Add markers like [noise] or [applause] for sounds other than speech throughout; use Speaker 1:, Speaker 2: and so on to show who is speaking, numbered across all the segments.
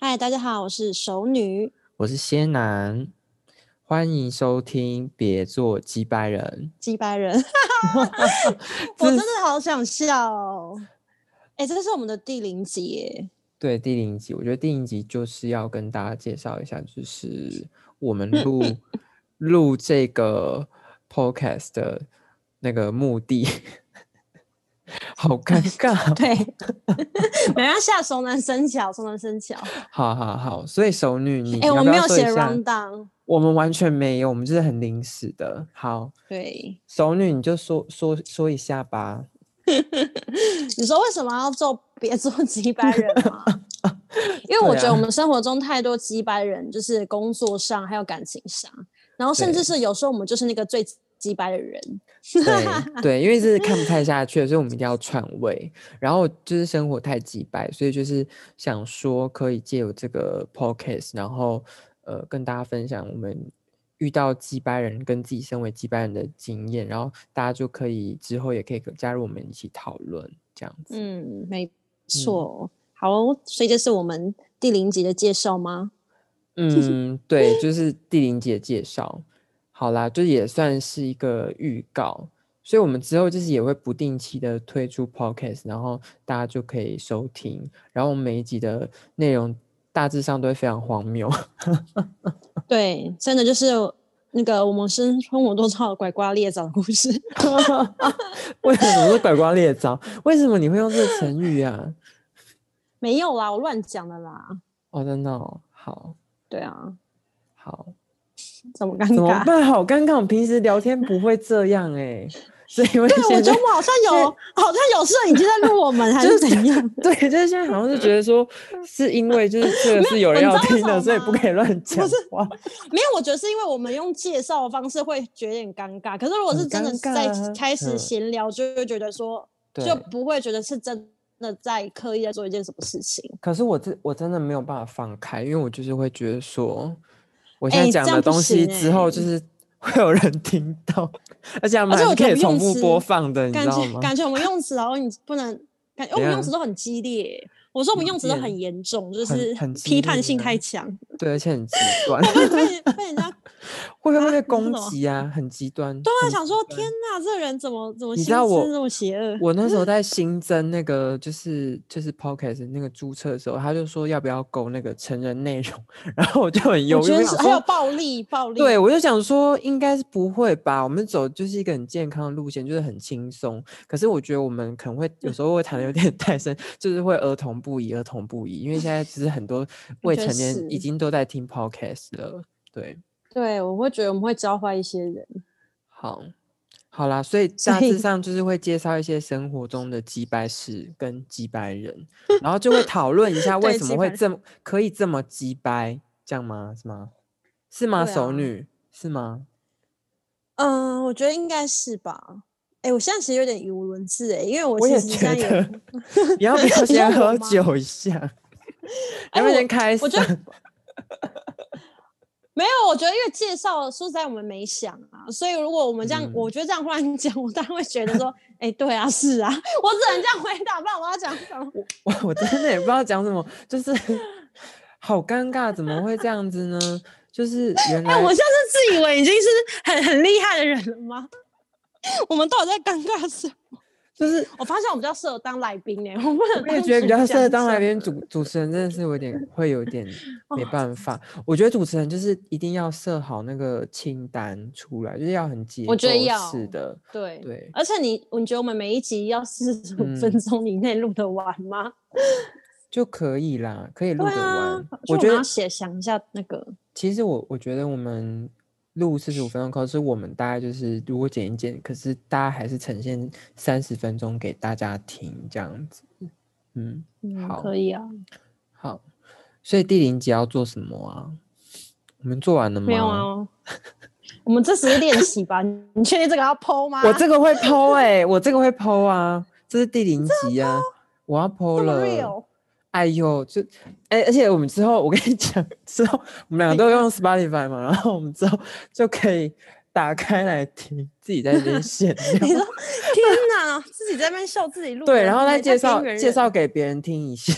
Speaker 1: 嗨，大家好，我是熟女。
Speaker 2: 我是仙男，欢迎收听《别做鸡掰人
Speaker 1: 击败
Speaker 2: [laughs]
Speaker 1: 人，我真的好想笑、哦。哎、这是我们的第零集耶，》。
Speaker 2: 对，第零集，我觉得第零集就是要跟大家介绍一下，就是我们
Speaker 1: 嗯 [laughs]
Speaker 2: 录录这个 podcast 的那个目的。 [laughs] 好尴
Speaker 1: [laughs]
Speaker 2: 尬，
Speaker 1: 对，没关系啊，熟能生巧，熟能生巧。
Speaker 2: 好好好，所以熟女，你
Speaker 1: 哎、
Speaker 2: 要
Speaker 1: 我
Speaker 2: 不
Speaker 1: 没
Speaker 2: 要
Speaker 1: 有
Speaker 2: 说一
Speaker 1: 写
Speaker 2: 下
Speaker 1: round down，
Speaker 2: 我们完全没有，我们就是很临时的。好，
Speaker 1: 对，
Speaker 2: 熟女，你就说说说一下吧。
Speaker 1: 你说为什么要做别做击败人吗？因为我觉
Speaker 2: 对
Speaker 1: 得
Speaker 2: 啊
Speaker 1: 我们生活中太多击败人，就是工作上还有感情上，然后甚至
Speaker 2: 对
Speaker 1: 是有时候我们就是那个最击败的人。
Speaker 2: [laughs] 对对，因为这是看不太下去了，所以我们一定要篡位。然后就是生活太急败，所以就是想说可以借由这个 podcast，然后呃跟大家分享我们遇到击败人跟自己身为击败人的经验，然后大家就可以之后也可以加入我们一起讨论这样子。
Speaker 1: 嗯，没错。好哦，所以这是我们第零集的介绍
Speaker 2: [laughs]
Speaker 1: 吗？ [laughs]
Speaker 2: 嗯，对，就是地灵姐介绍，好啦，就也算是一个预告，所以我们之后就是也会不定期的推出 podcast，然后大家就可以收听，然后我们每一集的内容大致上都会非常
Speaker 1: [laughs]
Speaker 2: 荒谬，
Speaker 1: 对，真的就是那个我们生生活多少拐瓜裂枣的故事。 [laughs]
Speaker 2: 为什么是拐瓜裂枣？为什么你会用这个成语啊？
Speaker 1: 没有啦，我乱讲的啦。
Speaker 2: 哦，真的哦，好
Speaker 1: 对啊，
Speaker 2: 好，
Speaker 1: 怎么尴
Speaker 2: 怎么
Speaker 1: 尬？ [laughs]
Speaker 2: 办？好尴尬，我平时聊天不会这样哎、所以我
Speaker 1: 对，啊我
Speaker 2: 现
Speaker 1: 觉
Speaker 2: 在
Speaker 1: 得我好像有，好像有事已经在录我们，还是
Speaker 2: 就是
Speaker 1: 怎样？ [laughs]
Speaker 2: 对，就是现在好像是觉得说，是因为就是这个是有
Speaker 1: 嗯
Speaker 2: 人
Speaker 1: 你知
Speaker 2: 要
Speaker 1: 道为
Speaker 2: 听
Speaker 1: 什么
Speaker 2: 的，所以不
Speaker 1: 吗
Speaker 2: 可以乱讲
Speaker 1: 是
Speaker 2: 话。
Speaker 1: 没有，我觉得是因为我们用介绍的方式会觉得有点尴尬。可是如果
Speaker 2: 很
Speaker 1: 是真的
Speaker 2: 尴尬
Speaker 1: 在
Speaker 2: 啊
Speaker 1: 开始
Speaker 2: 嗯
Speaker 1: 闲聊，就会觉得说，[laughs]
Speaker 2: 对
Speaker 1: 就，不会觉得是真的在刻意在做一件什么事情。
Speaker 2: 可是我真我真的没有办法放开，因为我就是会觉得说，我
Speaker 1: 哎
Speaker 2: 现在
Speaker 1: 你
Speaker 2: 讲
Speaker 1: 这样
Speaker 2: 的
Speaker 1: 不
Speaker 2: 东西
Speaker 1: 行
Speaker 2: 之后
Speaker 1: 哎
Speaker 2: 就是 [laughs] 会有人听到，而且他们
Speaker 1: 而且
Speaker 2: 还
Speaker 1: 我
Speaker 2: 是
Speaker 1: 觉
Speaker 2: 可
Speaker 1: 得
Speaker 2: 以重
Speaker 1: 用
Speaker 2: 复播
Speaker 1: 词
Speaker 2: 放的，你知
Speaker 1: 感
Speaker 2: 道
Speaker 1: 觉
Speaker 2: 吗？
Speaker 1: 感觉我们用词，然后你不能感觉我
Speaker 2: 怎
Speaker 1: 们用
Speaker 2: 样
Speaker 1: 词都很激烈。我说我们用词都
Speaker 2: 很
Speaker 1: 很严重，就
Speaker 2: 很
Speaker 1: 是
Speaker 2: 很激
Speaker 1: 批判
Speaker 2: 烈
Speaker 1: 性
Speaker 2: 啊
Speaker 1: 太强， [laughs]
Speaker 2: 对，而且很极端，
Speaker 1: 被被被人家
Speaker 2: [laughs] 会不
Speaker 1: 啊 [laughs] 你说
Speaker 2: 会被
Speaker 1: 什
Speaker 2: 攻
Speaker 1: 么
Speaker 2: 击啊？很极端。
Speaker 1: 都在
Speaker 2: 很
Speaker 1: 想
Speaker 2: 极
Speaker 1: 说：
Speaker 2: 端
Speaker 1: 天哪，这人怎么怎么
Speaker 2: 你
Speaker 1: 心思
Speaker 2: 知道我
Speaker 1: 这么邪恶？
Speaker 2: 我那
Speaker 1: [laughs]
Speaker 2: 时候在新增那个就是就是 podcast 那个注册的时候，他就说要不要勾那个成人内容，然后我就很
Speaker 1: 我
Speaker 2: 犹豫，
Speaker 1: 觉
Speaker 2: 我
Speaker 1: 得
Speaker 2: 想
Speaker 1: 是还有
Speaker 2: 说，
Speaker 1: 暴力，暴力。
Speaker 2: 对我就想说应该是不会吧，我们走就是一个很健康的路线，就是很轻松。可是我觉得我们可能会有时候会谈的有点 [laughs] 太深，就是会儿童不宜，儿童不宜，因为现在其实很多未
Speaker 1: 觉得
Speaker 2: 成年
Speaker 1: 是
Speaker 2: 已经都在听 podcast 了，对。
Speaker 1: 对，我会觉得我们会教坏一些人。
Speaker 2: 好，好啦，所以
Speaker 1: 所
Speaker 2: 大致
Speaker 1: 以
Speaker 2: 上就是会介绍一些生活中的击败事跟击败人，然后就会讨论一
Speaker 1: [laughs]
Speaker 2: 下
Speaker 1: 对
Speaker 2: 为什
Speaker 1: 击
Speaker 2: 么会
Speaker 1: 败
Speaker 2: 这么可以这么击败，这样吗？是吗？是吗？
Speaker 1: 对啊
Speaker 2: 熟女是吗？
Speaker 1: 嗯，我觉得应该是吧。哎，我现在其实有点语无伦次哎，因为我
Speaker 2: 我
Speaker 1: 其
Speaker 2: 也
Speaker 1: 实
Speaker 2: 觉
Speaker 1: 现在
Speaker 2: 得
Speaker 1: 也，
Speaker 2: [laughs] 你要不要
Speaker 1: [laughs] 你
Speaker 2: 先
Speaker 1: 说我
Speaker 2: 喝
Speaker 1: 吗
Speaker 2: 酒一下？
Speaker 1: 哎
Speaker 2: 要不要
Speaker 1: 我
Speaker 2: 先开
Speaker 1: 我觉得
Speaker 2: 嗓
Speaker 1: 没有，我觉得因为介绍说实在我们没想啊，所以如果我们这样，
Speaker 2: 嗯
Speaker 1: 我觉得这样忽然讲，我当然会觉得说，哎、对啊，是啊，我只能这样回答，不然我要讲什么？
Speaker 2: [laughs] 我我真的也不知道讲什么，就是 [laughs] 好尴尬，怎么会这样子呢？就是原
Speaker 1: [laughs] 哎、
Speaker 2: 来
Speaker 1: 我现在是自以为已经是很很厉害的人了吗？ [laughs] 我们到底在尴尬什么？
Speaker 2: 就是
Speaker 1: 我发现我比较适合当来宾哎、我不能
Speaker 2: 我也
Speaker 1: 当
Speaker 2: 觉得比
Speaker 1: 主
Speaker 2: 较适合
Speaker 1: 讲
Speaker 2: 当
Speaker 1: 者
Speaker 2: 来宾主主持人，真的是有点会
Speaker 1: [laughs]
Speaker 2: 有点没
Speaker 1: 哦
Speaker 2: 办法。我觉得主持人就是一定要设好那个清单出来，就是要很结
Speaker 1: 我觉得
Speaker 2: 构式
Speaker 1: 要
Speaker 2: 的。
Speaker 1: 对。
Speaker 2: 对，
Speaker 1: 而且你，你觉得我们每一集要四十五分
Speaker 2: 嗯
Speaker 1: 钟以内录得完吗？
Speaker 2: 就可以啦，可以录
Speaker 1: 对
Speaker 2: 得
Speaker 1: 啊
Speaker 2: 完。，
Speaker 1: 就
Speaker 2: 我
Speaker 1: 我
Speaker 2: 觉
Speaker 1: 们
Speaker 2: 得
Speaker 1: 要写想一下那个，
Speaker 2: 其实我我觉得我们录四十五分钟，可是我们大概就是如果剪一剪，可是大家还是呈现三十分钟给大家听这样子。嗯，
Speaker 1: 嗯，
Speaker 2: 好
Speaker 1: 可以啊。
Speaker 2: 好。所以第零集要做什么啊？我们做完 [laughs] 了吗？
Speaker 1: 没有啊，我们这只是练习
Speaker 2: [laughs]
Speaker 1: 吧。你你确定这个要剖吗？
Speaker 2: 我这个会剖哎、我这个会剖啊，这是第零集啊，我要剖
Speaker 1: 这么
Speaker 2: 了。
Speaker 1: real，
Speaker 2: 哎呦，就哎、而且我们之后，我跟你讲，之后我们两个都用 Spotify 嘛， [laughs] 然后我们之后就可以打开来听，自己在那边 [laughs] 闲
Speaker 1: 你
Speaker 2: 聊
Speaker 1: 说。天哪，自己在那边笑自己录的，
Speaker 2: 对，然后再
Speaker 1: 你太
Speaker 2: 介绍
Speaker 1: 边缘人
Speaker 2: 介绍给别人听一下。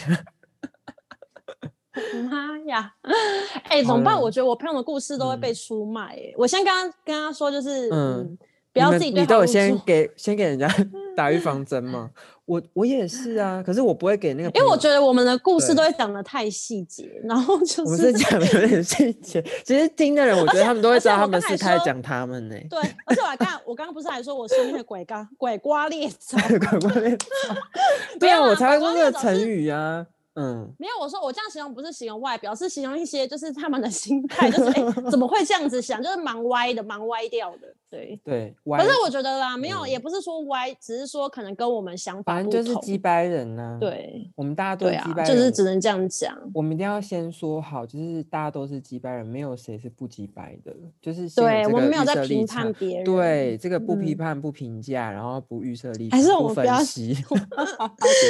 Speaker 1: 妈呀！ [laughs] 哎、怎么办？
Speaker 2: 好了
Speaker 1: 我觉得我朋友的故事都会被出卖、哎我先跟他跟他说，就是
Speaker 2: 嗯
Speaker 1: 嗯，不要
Speaker 2: 你们
Speaker 1: 自己对
Speaker 2: 你
Speaker 1: 号
Speaker 2: 都有
Speaker 1: 入座。
Speaker 2: 先给先给人
Speaker 1: [laughs]
Speaker 2: 家打预防针吗？我我也是啊，可是我不会给那个朋
Speaker 1: 因
Speaker 2: 友，
Speaker 1: 为我觉得我们的故事
Speaker 2: 对
Speaker 1: 都会讲的太细节，然后就
Speaker 2: 我们是讲的有点细节，其实听的人我觉得他们都会
Speaker 1: 而
Speaker 2: 知道
Speaker 1: 且
Speaker 2: 他
Speaker 1: 我
Speaker 2: 们
Speaker 1: 刚
Speaker 2: 是
Speaker 1: 才
Speaker 2: 他在
Speaker 1: 说
Speaker 2: 讲他们呢、欸。
Speaker 1: 对，而且我还刚我刚刚不是还说我是那个拐
Speaker 2: [laughs]
Speaker 1: 瓜拐瓜裂枣？
Speaker 2: 拐弯
Speaker 1: [laughs]
Speaker 2: 恋草对
Speaker 1: 没
Speaker 2: 啊，
Speaker 1: 有
Speaker 2: 我
Speaker 1: 啦
Speaker 2: 才会
Speaker 1: 拐弯
Speaker 2: 用这个
Speaker 1: 恋草
Speaker 2: 成
Speaker 1: 是
Speaker 2: 语啊。嗯，
Speaker 1: 没有，我说我这样形容不是形容外表，是形容一些就是他们的 [laughs] 心态，就是哎、怎么会这样子想，就是蛮歪的，蛮歪掉的。对，
Speaker 2: 对，
Speaker 1: 可
Speaker 2: 反
Speaker 1: 是我觉得啦，没有，
Speaker 2: 嗯
Speaker 1: 也不是说歪，只是说可能跟我们想法
Speaker 2: 反
Speaker 1: 不
Speaker 2: 正
Speaker 1: 同。
Speaker 2: 就是鸡掰人呐、，
Speaker 1: 对
Speaker 2: 我们大家都
Speaker 1: 对
Speaker 2: 是鸡
Speaker 1: 啊，
Speaker 2: 掰人，
Speaker 1: 就是只能这样讲。
Speaker 2: 我们一定要先说好，就是大家都是鸡掰人，没有谁是不鸡掰的，就是先
Speaker 1: 对
Speaker 2: 有这
Speaker 1: 我们
Speaker 2: 个
Speaker 1: 没有
Speaker 2: 预设
Speaker 1: 在
Speaker 2: 立
Speaker 1: 评
Speaker 2: 场
Speaker 1: 判别人。
Speaker 2: 对，这个不批
Speaker 1: 嗯
Speaker 2: 判、不评价，然后不预设立场，
Speaker 1: 还是我们
Speaker 2: 不
Speaker 1: 不
Speaker 2: 分
Speaker 1: 要 [laughs]
Speaker 2: 析，[laughs]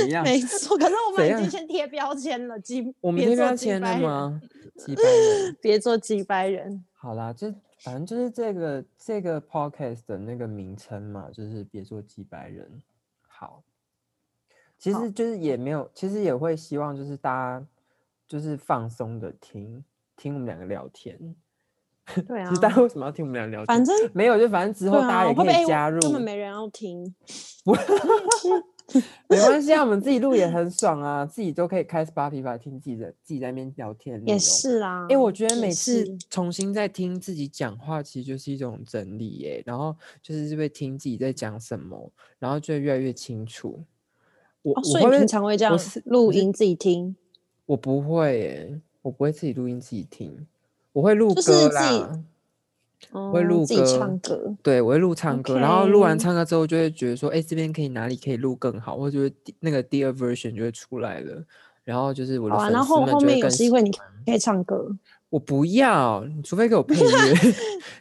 Speaker 2: 怎样？
Speaker 1: 没错，可是我们
Speaker 2: 怎
Speaker 1: 已经
Speaker 2: 样
Speaker 1: 先贴标签了，鸡
Speaker 2: 我们
Speaker 1: 别
Speaker 2: 贴
Speaker 1: 做
Speaker 2: 标
Speaker 1: 鸡
Speaker 2: 签了
Speaker 1: 掰人？
Speaker 2: 吗？鸡掰人。
Speaker 1: 别做鸡掰人。
Speaker 2: 好啦，就反正就是这个这个 podcast 的那个名称嘛，就是别做几百人。好，其
Speaker 1: 好
Speaker 2: 实就是也没有，其实也会希望就是大家就是放松的听听我们两个聊天。 [laughs]
Speaker 1: 对啊
Speaker 2: 其实，大家为什么要听我们两个聊天？
Speaker 1: 反正
Speaker 2: 没有，就反正 [laughs] 之
Speaker 1: 对
Speaker 2: 后
Speaker 1: 啊，
Speaker 2: 大家也
Speaker 1: 会不
Speaker 2: 可
Speaker 1: 会
Speaker 2: 以加入，
Speaker 1: 根本没人要听。
Speaker 2: 没
Speaker 1: [laughs]
Speaker 2: 关系啊，我们自己录也很爽啊，自己都可以开 Spotify 听自己的自己在那边聊天的内
Speaker 1: 也
Speaker 2: 容。
Speaker 1: 是啦，
Speaker 2: 因为我觉得
Speaker 1: 也
Speaker 2: 每次
Speaker 1: 是
Speaker 2: 重新在听自己讲话，其实就是一种整理耶，然后就是会听自己在讲什么，然后就会越来越清楚。我、
Speaker 1: 哦，
Speaker 2: 我
Speaker 1: 所
Speaker 2: 会
Speaker 1: 以
Speaker 2: 不
Speaker 1: 你
Speaker 2: 会
Speaker 1: 平常会这样
Speaker 2: 我是
Speaker 1: 录
Speaker 2: 我是
Speaker 1: 音自己听，
Speaker 2: 我不会耶，我不会自己录音自己听，我会录
Speaker 1: 就是自己
Speaker 2: 歌啦，
Speaker 1: 哦
Speaker 2: 录
Speaker 1: 自己
Speaker 2: 歌
Speaker 1: 唱歌，
Speaker 2: 对，我会录唱歌，然后录完
Speaker 1: OK
Speaker 2: 唱歌之后就会觉得说，哎，这边可以哪里可以录更好，或者就是第那个第二 version 就会出来了，然后就是我的
Speaker 1: 好啊，
Speaker 2: 粉
Speaker 1: 然
Speaker 2: 丝
Speaker 1: 后
Speaker 2: 们
Speaker 1: 后
Speaker 2: 就
Speaker 1: 面
Speaker 2: 会
Speaker 1: 有
Speaker 2: 更
Speaker 1: 机
Speaker 2: 喜
Speaker 1: 会你可以唱歌，
Speaker 2: [laughs] 我不要，你除非给
Speaker 1: [laughs]
Speaker 2: 我配乐， [laughs]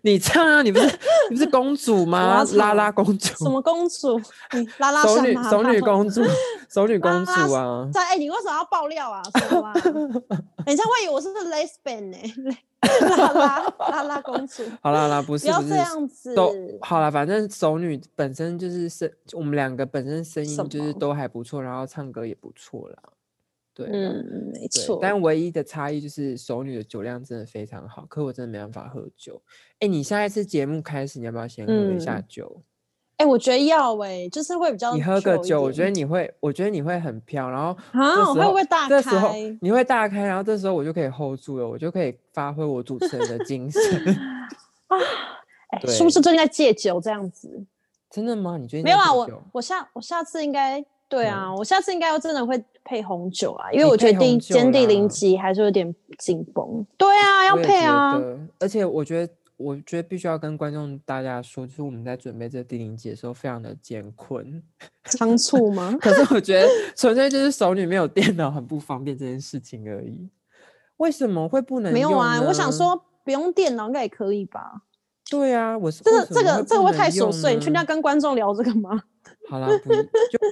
Speaker 2: 你唱啊！你不是你不是公主吗
Speaker 1: 要？唱
Speaker 2: 拉拉公
Speaker 1: 什
Speaker 2: 主，
Speaker 1: 么公主，你拉拉
Speaker 2: 熟
Speaker 1: 山
Speaker 2: 女
Speaker 1: 吗？
Speaker 2: 熟女
Speaker 1: 拜托
Speaker 2: 公主， [laughs] 熟女公
Speaker 1: 拉拉
Speaker 2: 主啊！
Speaker 1: 在哎、你为什么要爆料啊？说
Speaker 2: [laughs]
Speaker 1: 啊，等一下会以为我是 lesbian 呢、拉拉拉拉公主，
Speaker 2: 好啦好啦， [laughs] 不
Speaker 1: 不
Speaker 2: 是
Speaker 1: 要
Speaker 2: 不是
Speaker 1: 这，样子，
Speaker 2: 都好啦，反正熟女本身就是声，我们两个本身声
Speaker 1: 什
Speaker 2: 音就
Speaker 1: 么
Speaker 2: 是都还不错，然后唱歌也不错啦。对啦，
Speaker 1: 嗯，没
Speaker 2: 对
Speaker 1: 错，
Speaker 2: 但唯一的差异就是熟女的酒量真的非常好，可我真的没办法喝酒。哎，你下一次节目开始，你要不要先喝一下
Speaker 1: 嗯
Speaker 2: 酒？
Speaker 1: 哎、我觉得要哎、就是会比较
Speaker 2: 你喝个
Speaker 1: chill 一
Speaker 2: 酒，我觉得
Speaker 1: 点
Speaker 2: 你会，我觉得你会很飘，然后这
Speaker 1: 啊，
Speaker 2: 时
Speaker 1: 我会
Speaker 2: 候
Speaker 1: 不会大
Speaker 2: 这时候
Speaker 1: 开？
Speaker 2: 你会大开，然后这时候我就可以 hold 住了，我就可以发挥我主持人的精神。 [laughs]
Speaker 1: 哎、是不
Speaker 2: 对
Speaker 1: 是最近在戒酒这样子？
Speaker 2: 真的吗？你觉得
Speaker 1: 没有啊，我我下我下次应该对啊，我下次应该要真的会配红酒啊，因为
Speaker 2: 嗯你
Speaker 1: 我觉
Speaker 2: 配
Speaker 1: 得第一
Speaker 2: 红酒
Speaker 1: 间第零
Speaker 2: 啦
Speaker 1: 级还是有点紧绷。对啊，要
Speaker 2: 我也
Speaker 1: 配
Speaker 2: 觉
Speaker 1: 啊。
Speaker 2: 得，而且我觉得。我觉得必须要跟观众大家说，就是我们在准备这第零集的时候非常的艰困， [laughs]
Speaker 1: 仓促吗？
Speaker 2: 可是我
Speaker 1: [laughs]
Speaker 2: 觉得纯粹就是手里没有电脑很不方便这件事情而已。为什么会不能
Speaker 1: 没有
Speaker 2: 用
Speaker 1: 啊，我想
Speaker 2: 呢，
Speaker 1: 说不用电脑应该也可以吧？
Speaker 2: 对啊，我是
Speaker 1: 这
Speaker 2: 为
Speaker 1: 个
Speaker 2: 什
Speaker 1: 这
Speaker 2: 么
Speaker 1: 个这个
Speaker 2: 不
Speaker 1: 会
Speaker 2: 能
Speaker 1: 太琐
Speaker 2: 用
Speaker 1: 碎，你确定
Speaker 2: 呢
Speaker 1: 要跟观众聊这个吗？
Speaker 2: 好啦，不就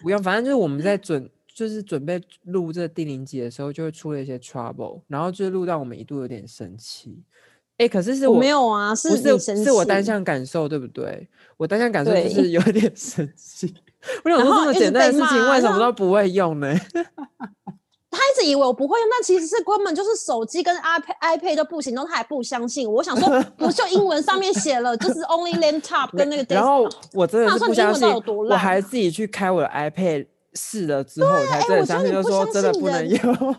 Speaker 2: 不用，反正就是我们在准，就是准备录这第零集的时候，就会出了一些 trouble，然后就录到我们一度有点生气。哎、可是是
Speaker 1: 我
Speaker 2: 我
Speaker 1: 没有啊，
Speaker 2: 不
Speaker 1: 你
Speaker 2: 是
Speaker 1: 生
Speaker 2: 是我单
Speaker 1: 气
Speaker 2: 向感受，对不对？我单向感受就
Speaker 1: 对
Speaker 2: 是有点生气。我想
Speaker 1: 然
Speaker 2: 说
Speaker 1: 后
Speaker 2: 这么
Speaker 1: 一直
Speaker 2: 简单的
Speaker 1: 被
Speaker 2: 事情，
Speaker 1: 骂
Speaker 2: 为什
Speaker 1: 然后
Speaker 2: 么都不会用呢？
Speaker 1: 他一直以为我不会用，但其实是根本就是手机跟 iPad iPad 都不行，然后他还不相信我。我想说，不就英文上面写了，就是 only
Speaker 2: [laughs]
Speaker 1: laptop 跟那个 desktop。
Speaker 2: 然后我真的
Speaker 1: 想
Speaker 2: 是
Speaker 1: 说你
Speaker 2: 不
Speaker 1: 英
Speaker 2: 相
Speaker 1: 文到
Speaker 2: 信
Speaker 1: 底有，多
Speaker 2: 我
Speaker 1: 烂
Speaker 2: 还
Speaker 1: 啊
Speaker 2: 自己去开我的 iPad 试了之后，我才
Speaker 1: 哎
Speaker 2: 真
Speaker 1: 我
Speaker 2: 的
Speaker 1: 觉
Speaker 2: 相
Speaker 1: 得
Speaker 2: 信，
Speaker 1: 你不
Speaker 2: 就说
Speaker 1: 相
Speaker 2: 真的
Speaker 1: 信
Speaker 2: 不能
Speaker 1: 人
Speaker 2: 用。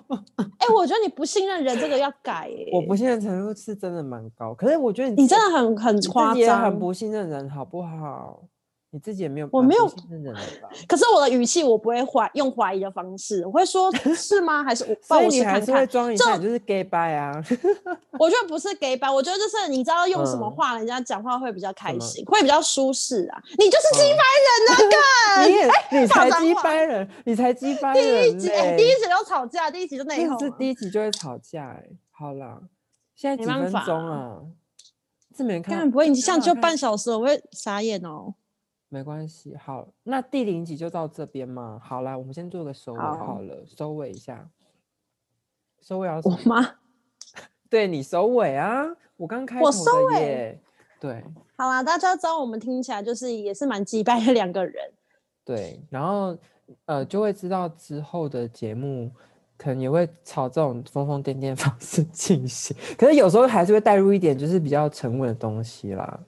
Speaker 2: [laughs]
Speaker 1: 哎、我觉得你不信任人这个要改、欸。
Speaker 2: 我不，信任程度是真的蛮高，可是我觉得
Speaker 1: 你
Speaker 2: 自己
Speaker 1: 真的很很
Speaker 2: 你自
Speaker 1: 夸
Speaker 2: 己也很
Speaker 1: 张。
Speaker 2: 不信任人，好不好？你自己也没有，
Speaker 1: 我没有
Speaker 2: 信任人了 [laughs] 吧？
Speaker 1: 可是我的语气我不会怀用怀疑的方式，我会
Speaker 2: [laughs]
Speaker 1: 说是吗？还是我
Speaker 2: 所
Speaker 1: 帮
Speaker 2: 以
Speaker 1: 我
Speaker 2: 你
Speaker 1: 试
Speaker 2: 还
Speaker 1: 看
Speaker 2: 是会
Speaker 1: 看？
Speaker 2: 装一
Speaker 1: 这
Speaker 2: 下，你就是 gay bye [laughs] 啊，
Speaker 1: 我觉得不是 gay 吧，我觉得就是你知道用什么
Speaker 2: 嗯
Speaker 1: 话，人家讲话会比较开
Speaker 2: 么
Speaker 1: 心，会比较舒适啊。你就是鸡
Speaker 2: 嗯
Speaker 1: 掰人啊，干
Speaker 2: 你也你才
Speaker 1: 脏
Speaker 2: 鸡
Speaker 1: 话
Speaker 2: 掰人，你才鸡掰
Speaker 1: 第一
Speaker 2: 人
Speaker 1: 集，
Speaker 2: 嘞！
Speaker 1: 哎，第一集就吵架，第一集就内
Speaker 2: 那
Speaker 1: 讧
Speaker 2: 是
Speaker 1: 啊。
Speaker 2: 第一集就会吵架哎。好啦，现在
Speaker 1: 没
Speaker 2: 几
Speaker 1: 办
Speaker 2: 分
Speaker 1: 法
Speaker 2: 钟啊？这没看
Speaker 1: 干
Speaker 2: 到，
Speaker 1: 不会，你像
Speaker 2: 看
Speaker 1: 就
Speaker 2: 看
Speaker 1: 半小时，我会傻眼哦。
Speaker 2: 没关系。好，那第零集就到这边嘛。好啦，我们先做个收尾
Speaker 1: 好
Speaker 2: 好了，收尾一下。收尾要什
Speaker 1: 我
Speaker 2: 么
Speaker 1: 妈，
Speaker 2: 对你收尾啊，我刚开
Speaker 1: 我
Speaker 2: 头
Speaker 1: 收
Speaker 2: 的
Speaker 1: 尾
Speaker 2: 耶。对
Speaker 1: [laughs] 好啦，大家知道我们听起来就是也是蛮鸡掰的两个人。
Speaker 2: 对，然后呃，就会知道之后的节目可能也会朝这种疯疯癫癫的 [laughs] 方式进行，可是有时候还是会带入一点就是比较沉稳的东西啦。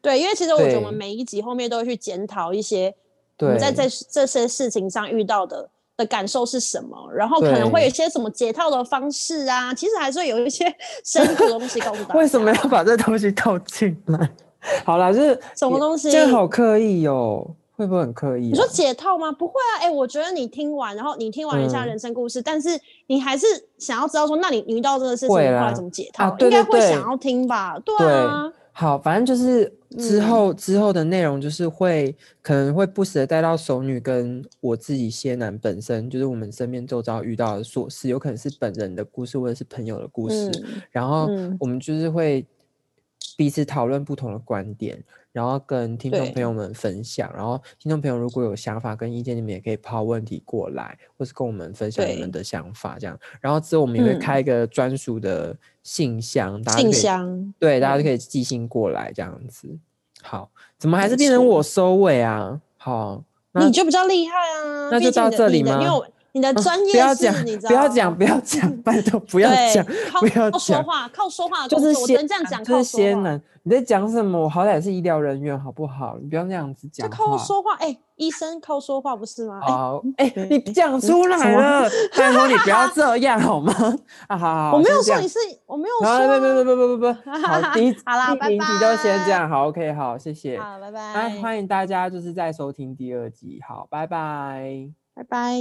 Speaker 1: 对，因为其实我觉
Speaker 2: 对
Speaker 1: 得我们每一集后面都会去检讨一些我
Speaker 2: 对，
Speaker 1: 们在这这些事情上遇到的的感受是什么，然后可能
Speaker 2: 对
Speaker 1: 会有一些什么解套的方式啊，其实还是会有一些 [laughs] 深度的东西告诉大家。
Speaker 2: 为什么要把这东西套进来？ [laughs] 好啦，就是
Speaker 1: 什么东西
Speaker 2: 这个好刻意哦，会不会很刻意啊、
Speaker 1: 你说解套吗？不会啊，哎、我觉得你听完，然后你听完人家
Speaker 2: 嗯
Speaker 1: 人生故事，但是你还是想要知道说，那你你遇到这个事情，你后
Speaker 2: 会啦
Speaker 1: 来怎么解套？
Speaker 2: 啊对
Speaker 1: 应该
Speaker 2: 对
Speaker 1: 会
Speaker 2: 对
Speaker 1: 想要听吧？对
Speaker 2: 对
Speaker 1: 啊，
Speaker 2: 好，反正就是之
Speaker 1: 嗯
Speaker 2: 后、之后的内容就是会可能会不时的带到熟女跟我自己谢男本身，就是我们身边周遭遇到的琐事，有可能是本人的故事或者是朋友的故事，
Speaker 1: 嗯
Speaker 2: 然后
Speaker 1: 嗯
Speaker 2: 我们就是会彼此讨论不同的观点，然后跟听众
Speaker 1: 对
Speaker 2: 朋友们分享。然后听众朋友如果有想法跟意见，你们也可以抛问题过来，或是跟我们分享你们的想法这样。然后之后我们也会
Speaker 1: 嗯
Speaker 2: 开一个专属的信箱，大家
Speaker 1: 信
Speaker 2: 就可以
Speaker 1: 箱。
Speaker 2: 对，大家就
Speaker 1: 嗯
Speaker 2: 可以寄信过来这样子。好，怎么还是
Speaker 1: 没
Speaker 2: 变成
Speaker 1: 错
Speaker 2: 我收尾啊？好，那
Speaker 1: 你就比较厉害啊！
Speaker 2: 那
Speaker 1: 毕
Speaker 2: 就
Speaker 1: 竟
Speaker 2: 到
Speaker 1: 你的
Speaker 2: 这
Speaker 1: 你
Speaker 2: 里
Speaker 1: 的
Speaker 2: 吗
Speaker 1: 因为我你的
Speaker 2: 啊
Speaker 1: 专业
Speaker 2: 不要
Speaker 1: 是
Speaker 2: 讲
Speaker 1: 你知，
Speaker 2: 不
Speaker 1: 道
Speaker 2: 要讲，不要讲，拜托不要
Speaker 1: 对
Speaker 2: 讲， [laughs]
Speaker 1: 靠
Speaker 2: 不要
Speaker 1: 靠说
Speaker 2: 讲
Speaker 1: 话，靠说话的
Speaker 2: 就
Speaker 1: 东
Speaker 2: 是
Speaker 1: 西，我只
Speaker 2: 先
Speaker 1: 能这样讲，
Speaker 2: 就是
Speaker 1: 靠说
Speaker 2: 先
Speaker 1: 话，
Speaker 2: 男，你在讲什么？我好歹是医疗人员，好不好？你不要那样子
Speaker 1: 就
Speaker 2: 讲
Speaker 1: 靠
Speaker 2: 话。
Speaker 1: 说话。哎，医生靠说话不是吗？哎，
Speaker 2: 好，哎、
Speaker 1: 对
Speaker 2: 你讲出来了，拜托你不要这样好吗？啊，好好好，
Speaker 1: 哎我没有
Speaker 2: 先这
Speaker 1: 说
Speaker 2: 样
Speaker 1: 你是，我没有
Speaker 2: 好，
Speaker 1: 说
Speaker 2: 不不
Speaker 1: 啊。
Speaker 2: 不不不不，好，第一
Speaker 1: 好啦
Speaker 2: 第
Speaker 1: 拜
Speaker 2: 零集就先
Speaker 1: 拜
Speaker 2: 这样，好，OK，好，谢谢。
Speaker 1: 好，拜
Speaker 2: 那
Speaker 1: 拜，
Speaker 2: 欢迎大家就是再收听第二集，好，拜拜。
Speaker 1: 拜拜。